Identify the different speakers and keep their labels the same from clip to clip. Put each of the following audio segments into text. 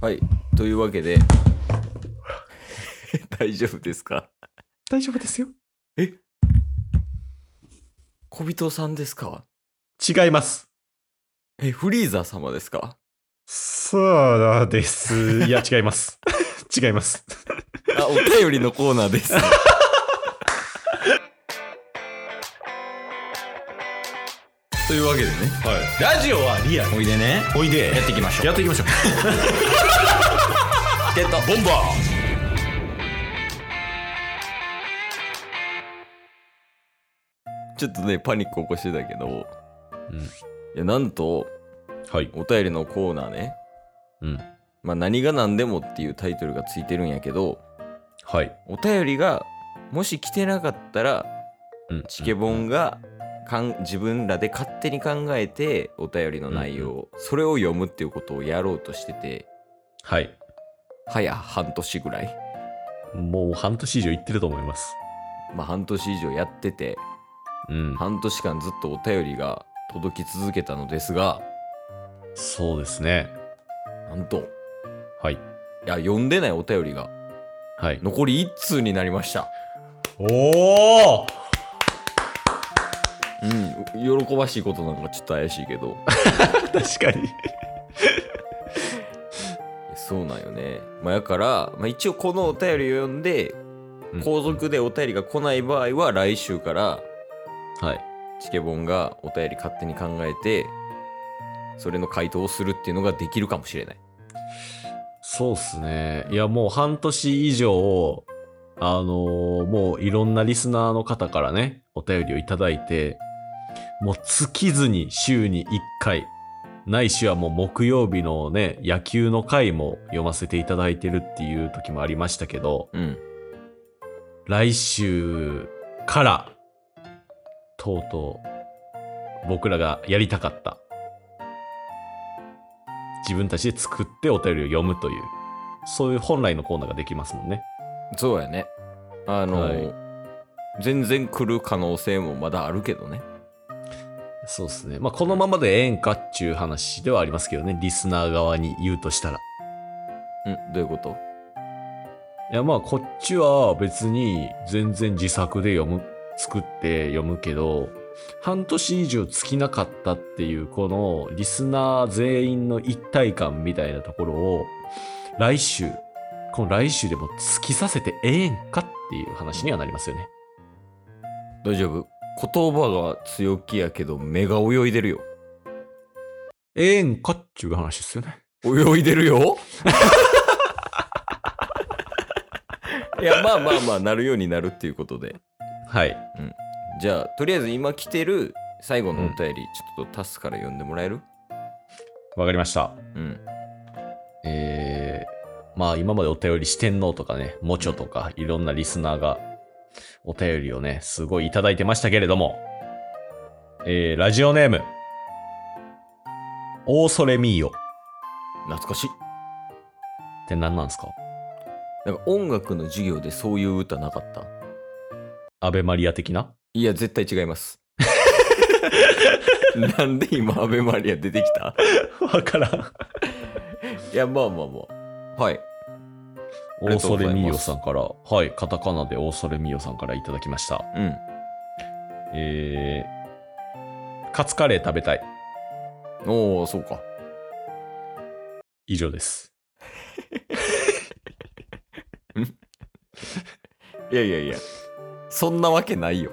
Speaker 1: はい。というわけで、 大丈夫ですか
Speaker 2: 大丈夫ですよ。
Speaker 1: 小人さんですか
Speaker 2: 違います。
Speaker 1: え、フリーザ様ですか
Speaker 2: そうです。いや、違い ます。違います。
Speaker 1: あ、お便りのコーナーです。 というわけでね、
Speaker 2: はい。ラジオはリアル。
Speaker 1: おいでね、
Speaker 2: おいで。
Speaker 1: やっていきましょう。
Speaker 2: やっていきましょう。
Speaker 1: ゲットボンバーちょっとねパニック起こしてたけど、
Speaker 2: うん
Speaker 1: いやなんと
Speaker 2: はい。
Speaker 1: お便りのコーナーね、
Speaker 2: うん
Speaker 1: まあ、何が何でもっていうタイトルがついてるんやけど
Speaker 2: はい。
Speaker 1: お便りがもし来てなかったら
Speaker 2: うん。
Speaker 1: チケボンがかん自分らで勝手に考えてお便りの内容を、それを読むっていうことをやろうとしてて
Speaker 2: はい。
Speaker 1: 早半年ぐらい
Speaker 2: もう半年以上行ってると思います。
Speaker 1: まあ半年以上やってて
Speaker 2: うん。
Speaker 1: 半年間ずっとお便りが届き続けたのですが
Speaker 2: そうですね。
Speaker 1: なんと
Speaker 2: はい。
Speaker 1: いや読んでないお便りが
Speaker 2: はい。
Speaker 1: 残り1通になりました
Speaker 2: おお
Speaker 1: うん喜ばしいことなんかちょっと怪しいけど
Speaker 2: 確かに。
Speaker 1: そうなんよねまあやから、まあ、一応このお便りを読んで
Speaker 2: うん
Speaker 1: 後続でお便りが来ない場合は来週から
Speaker 2: はい。
Speaker 1: チケボンがお便り勝手に考えてそれの回答をするっていうのができるかもしれない
Speaker 2: そうっすね。いや、もう半年以上、あのーもういろんなリスナーの方からね、お便りをいただいて、もう尽きずに週に1回、ないしはもう木曜日のね、野球の回も読ませていただいてるっていう時もありましたけど、
Speaker 1: うん
Speaker 2: 来週から、とうとう、僕らがやりたかった。自分たちで作ってお便りを読むという、そういう本来のコーナーができますもんね。
Speaker 1: そうやねあの、
Speaker 2: はい
Speaker 1: 全然来る可能性もまだあるけどね
Speaker 2: そうですね。まあ、このままでええんかっちゅう話ではありますけどね。リスナー側に言うとしたら。
Speaker 1: うんどういうこと
Speaker 2: いや、まあ、こっちは別に全然自作で読む、作って読むけど、半年以上尽きなかったっていう、このリスナー全員の一体感みたいなところを、来週、この来週でも尽きさせてええんかっていう話にはなりますよね。
Speaker 1: 大丈夫言葉が強気やけど目が泳いでるよ
Speaker 2: ええんかっちゅう話ですよね。
Speaker 1: 泳いでるよ いやまあまあまあなるようになるっていうことで
Speaker 2: はい。
Speaker 1: じゃあとりあえず今来てる最後のお便り、ちょっとタスから読んでもらえる
Speaker 2: わかりました。
Speaker 1: うん
Speaker 2: えーまあ今までお便り四天王とかね、もちょとかいろんなリスナーがお便りをね、すごいいただいてましたけれども、えーラジオネーム、オーソレミーヨっ
Speaker 1: 懐かしい
Speaker 2: て何なんですか
Speaker 1: なんか音楽の授業でそういう歌なかった
Speaker 2: アベマリア的ない
Speaker 1: や絶対違います なんで今アベマリア出てきた
Speaker 2: わからん。
Speaker 1: いやまあまあまあはい
Speaker 2: オーソレミーヨさんから、はい、カタカナでオーソレミーヨさんからいただきました。
Speaker 1: うん
Speaker 2: えーカツカレー食べたい。
Speaker 1: おおそうか
Speaker 2: 以上です。
Speaker 1: いやいやいやそんなわけないよ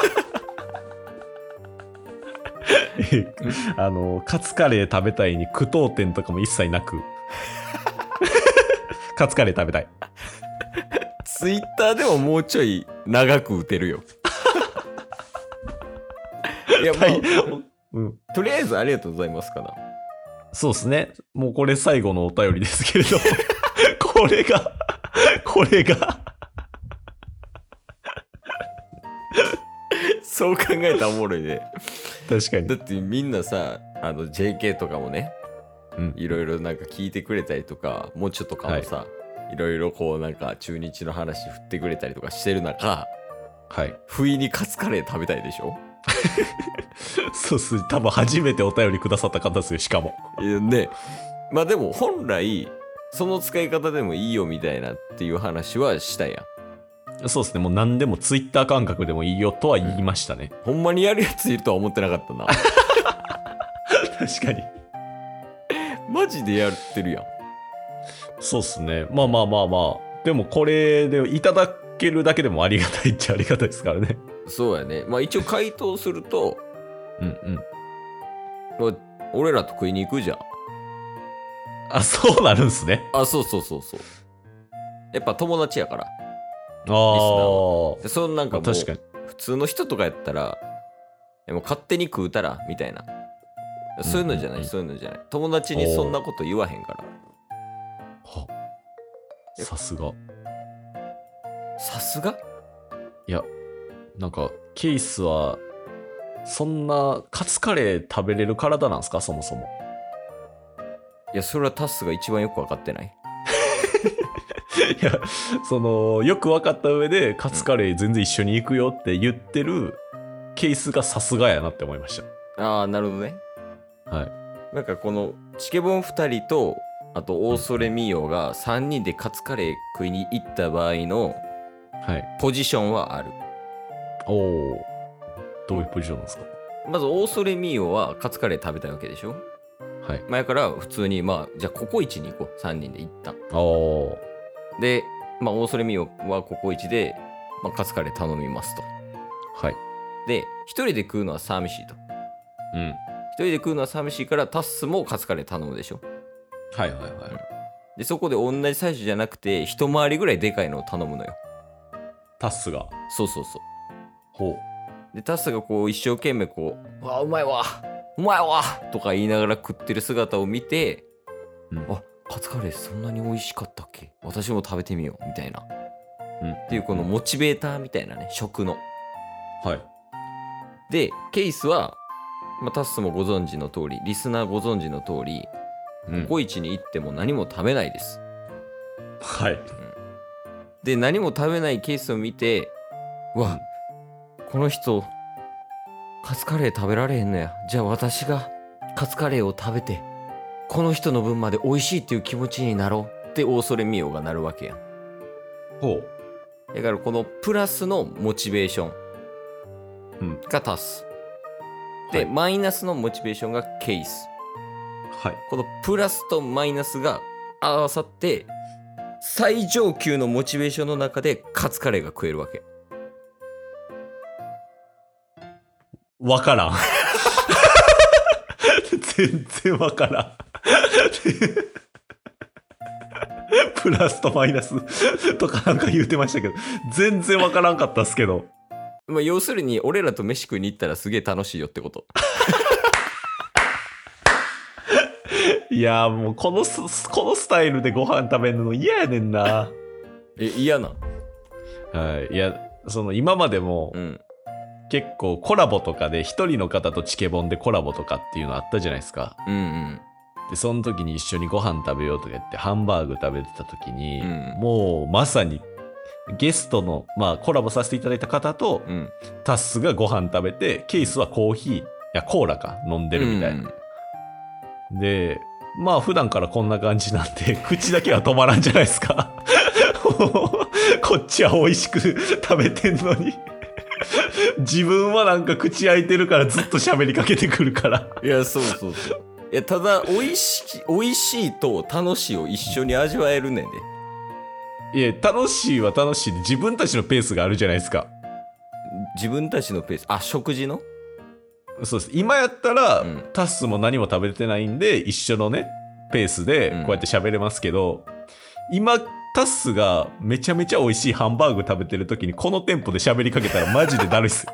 Speaker 2: あの、カツカレー食べたいに苦闘点とかも一切なく。 カツカレー食べたい。
Speaker 1: ツイッターでももうちょい長く打てる よいやま
Speaker 2: うん、
Speaker 1: あとりあえずありがとうございますかな
Speaker 2: そうですね。もうこれ最後のお便りですけれど。 これが、これが。
Speaker 1: そう考えたらおもろいね
Speaker 2: 確かに
Speaker 1: だ。ってみんなさあの JK とかもね
Speaker 2: うん
Speaker 1: いろいろなんか聞いてくれたりとかもうちょっとかもさ、い、ろいろこうなんか中日の話振ってくれたりとかしてる中
Speaker 2: はい。
Speaker 1: 不意にカツカレー食べたいでしょ
Speaker 2: そうっす。多分初めてお便りくださった方ですよ、しかも。
Speaker 1: いやねまあでも本来その使い方でもいいよみたいなっていう話はしたやん
Speaker 2: そうですね、もう何でもツイッター感覚でもいいよとは言いましたね。
Speaker 1: ほんまにやるやついるとは思ってなか ったな
Speaker 2: 確かに。
Speaker 1: マジでやってるやん
Speaker 2: そうですね、まあまあまあまあ。でもこれでいただけるだけでもありがたいっちゃありがたいですからね。
Speaker 1: そうやねまあ一応回答すると
Speaker 2: うんうん。
Speaker 1: まあ俺らと食いに行くじゃん
Speaker 2: あ、そうなるんすね。
Speaker 1: あそうそうそうそうやっぱ友達やから
Speaker 2: ああ。
Speaker 1: でそのなんかもう
Speaker 2: 確かに。
Speaker 1: 普通の人とかやったらえもう勝手に食うたらみたいなそういうのじゃない、
Speaker 2: うんうんうん
Speaker 1: そういうのじゃない友達にそんなこと言わへんから
Speaker 2: はさすが。
Speaker 1: さすが
Speaker 2: いや、なんか、ケイスは、そんな、カツカレー食べれる体なんですか、そもそも。
Speaker 1: いやそれはタスが一番よく分かってない
Speaker 2: いや、その、よく分かった上で、カツカレー全然一緒に行くよって言ってるケースがさすがやなって思いまし
Speaker 1: ああなるほどね
Speaker 2: た。はい。
Speaker 1: なんかこのチケボン2人とあとオーソレミーヨが3人でカツカレー食いに行った場合の
Speaker 2: はい。
Speaker 1: ポジションはある
Speaker 2: おお。どういうポジションなんですか
Speaker 1: まずオーソレミーヨはカツカレー食べたいわけでしょ
Speaker 2: はい。
Speaker 1: 前から普通にまあじゃあココイチに行こう3人で行った
Speaker 2: おお
Speaker 1: で、まあ、オーソレミーヨはココイチで、まあ、カツカレー頼みますと
Speaker 2: ー。はい。
Speaker 1: で一人で食うのは寂しいと
Speaker 2: うん。
Speaker 1: 一人で食うのは寂しいからタッスもカツカレー頼むでしょ
Speaker 2: はいはいはい。
Speaker 1: でそこで同じサイズじゃなくて一回りぐらいでかいのを頼むのよ
Speaker 2: タスが。
Speaker 1: そうそうそう
Speaker 2: ほう。
Speaker 1: でタスがこう一生懸命こう「うわうまいわうまいわ」とか言いながら食ってる姿を見て「
Speaker 2: うん
Speaker 1: あカツカレーそんなに美味しかったっけ私も食べてみよう」みたいなっ
Speaker 2: うん。って
Speaker 1: いうこのモチベーターみたいなね食の。
Speaker 2: はい。
Speaker 1: でケイスは、まあ、タスもご存知の通りリスナーご存知の通り
Speaker 2: うん
Speaker 1: ココイチに行っても何も食べないです。
Speaker 2: はい。
Speaker 1: で何も食べないケースを見てうわこの人カツカレー食べられへんのやじゃあ私がカツカレーを食べてこの人の分まで美味しいっていう気持ちになろうって恐れみようがなるわけやん
Speaker 2: ほう。
Speaker 1: だからこのプラスのモチベーショ
Speaker 2: うん
Speaker 1: ンがタス、で、
Speaker 2: はい
Speaker 1: マイナスのモチベーションがケース
Speaker 2: はい。
Speaker 1: このプラスとマイナスが合わさって最上級のモチベーションの中でカツカレーが食えるわけ
Speaker 2: わからん。 全然わからん。 プラスとマイナスとかなんか言うてましたけど、全然わからんかったっすけど。
Speaker 1: まあ、要するに俺らと飯食いに行ったらすげえ楽しいよってこと
Speaker 2: いやーもうこのス、このスタイルでご飯食べるの嫌やねんな。
Speaker 1: え嫌な
Speaker 2: はい。いや、その今までも
Speaker 1: うん
Speaker 2: 結構コラボとかで一人の方とチケボンでコラボとかっていうのあったじゃないですか。
Speaker 1: うんうん
Speaker 2: で、その時に一緒にご飯食べようとか言って、ハンバーグ食べてた時に、
Speaker 1: うん
Speaker 2: もうまさに、ゲストの、まあコラボさせていただいた方と、
Speaker 1: うん
Speaker 2: タッスがご飯食べて、ケイスはコーヒー、いや、コーラか、飲んでるみたいな。で、まあ普段からこんな感じなんで、 口だけは止まらんじゃないですか。 こっちは美味しく 食べてんのに。自分はなんか口開いてるからずっと喋りかけてくるから。
Speaker 1: いやそうそうそういやただ美味しい美味しいと楽しいを一緒に味わえるねんで
Speaker 2: いや、楽しいは楽しいで、自分たちのペースがあるじゃないですか。
Speaker 1: 自分たちのペースあ食事の
Speaker 2: そうです。今やったら、
Speaker 1: うん
Speaker 2: タッスも何も食べてないんで、一緒のね、ペースで
Speaker 1: うん、
Speaker 2: こうやって喋れますけど、今、タッスがめちゃめちゃ美味しいハンバーグ食べてる時に、このテンポで喋りかけたらマジでだるいっす。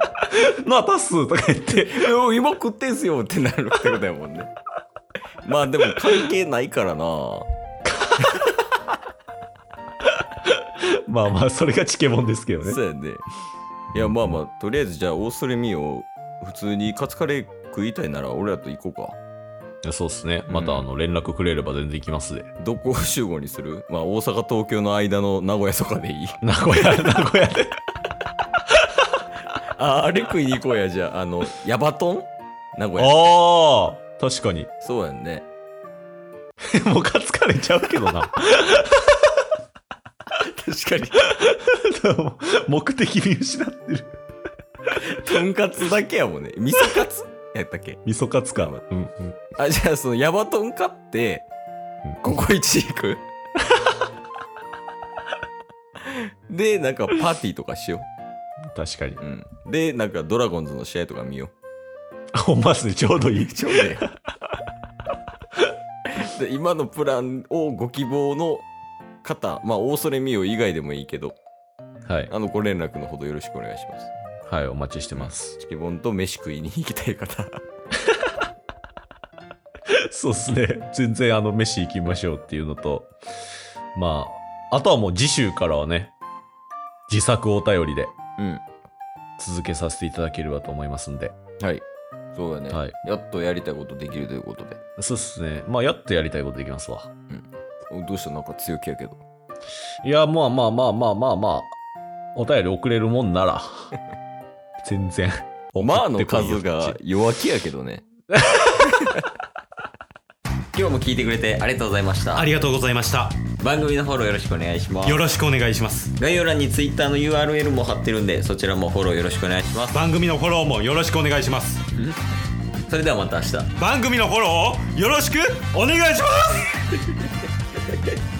Speaker 2: なあ、タッスとか言っ
Speaker 1: い
Speaker 2: て、
Speaker 1: や今食ってんすよってなるってことやもんね まあでも関係ないからな
Speaker 2: まあまあ、それがチケモンですけどね。
Speaker 1: そうやねいやまあまあとりあえずじゃあオーストレミを普通にカツカレー食いたいなら俺らと行こうか
Speaker 2: いやそうですね。
Speaker 1: またあ
Speaker 2: の、連絡くれれば全然行きますで。
Speaker 1: どこ集合にするまあ大阪東京の間の名古屋とかでいい
Speaker 2: 名古屋、名古屋で。
Speaker 1: ああれ食いに行こうやじゃああのヤバトン名古屋
Speaker 2: ああ、確かに。
Speaker 1: そうやんね
Speaker 2: もうカツカレーちゃうけどな。
Speaker 1: 確か
Speaker 2: 目的見失ってる。
Speaker 1: に。とんかつだけやもんね。味噌カツやったっけ
Speaker 2: 味噌カツか。うんうん。
Speaker 1: あ、じゃあそのヤバトンかって、ココイチ行く で、なんかパーティーとかしよ
Speaker 2: 確かに
Speaker 1: う。。うん。で、なんかドラゴンズの試合とか見よ。。
Speaker 2: あほんまっすね、ちょうどいいう
Speaker 1: ちょうどええで今のプランをご希望の方、まあ、大それ見よ以外でもいいけど、
Speaker 2: はい。
Speaker 1: あの、ご連絡のほどよろしくお願いします。
Speaker 2: はい、お待ちしてます。
Speaker 1: チケボンと飯食いに行きたい方。
Speaker 2: そうっすね。全然あの、飯行きましょうっていうのと、まあ、あとはもう次週からはね、自作お便りで
Speaker 1: うん。
Speaker 2: 続けさせていただければと思いますんで。
Speaker 1: はい。そうだね。
Speaker 2: はい。
Speaker 1: やっとやりたいことできるということで。
Speaker 2: そうっすね。まあ、やっとやりたいことできますわ。
Speaker 1: おどうしたなんか強気やけど。
Speaker 2: いや、まあまあまあまあまあまあ、お便り送れるもんな ら、全然。
Speaker 1: まあ
Speaker 2: 送
Speaker 1: の
Speaker 2: ってこいよ
Speaker 1: 数が弱気やけど ね。今日も聞いてくれてありがとうございました
Speaker 3: あ。りがとうございました
Speaker 1: 番組のフォローよろしくお願いします
Speaker 3: よ。ろしくお願いします
Speaker 1: 概要欄に Twitter の URL も貼ってるんで、そちらもフォローよろしくお願いします。
Speaker 3: 番組のフォローもよろしくお願いします
Speaker 1: それではまた明日。
Speaker 3: 番組のフォローをよろしくお願いします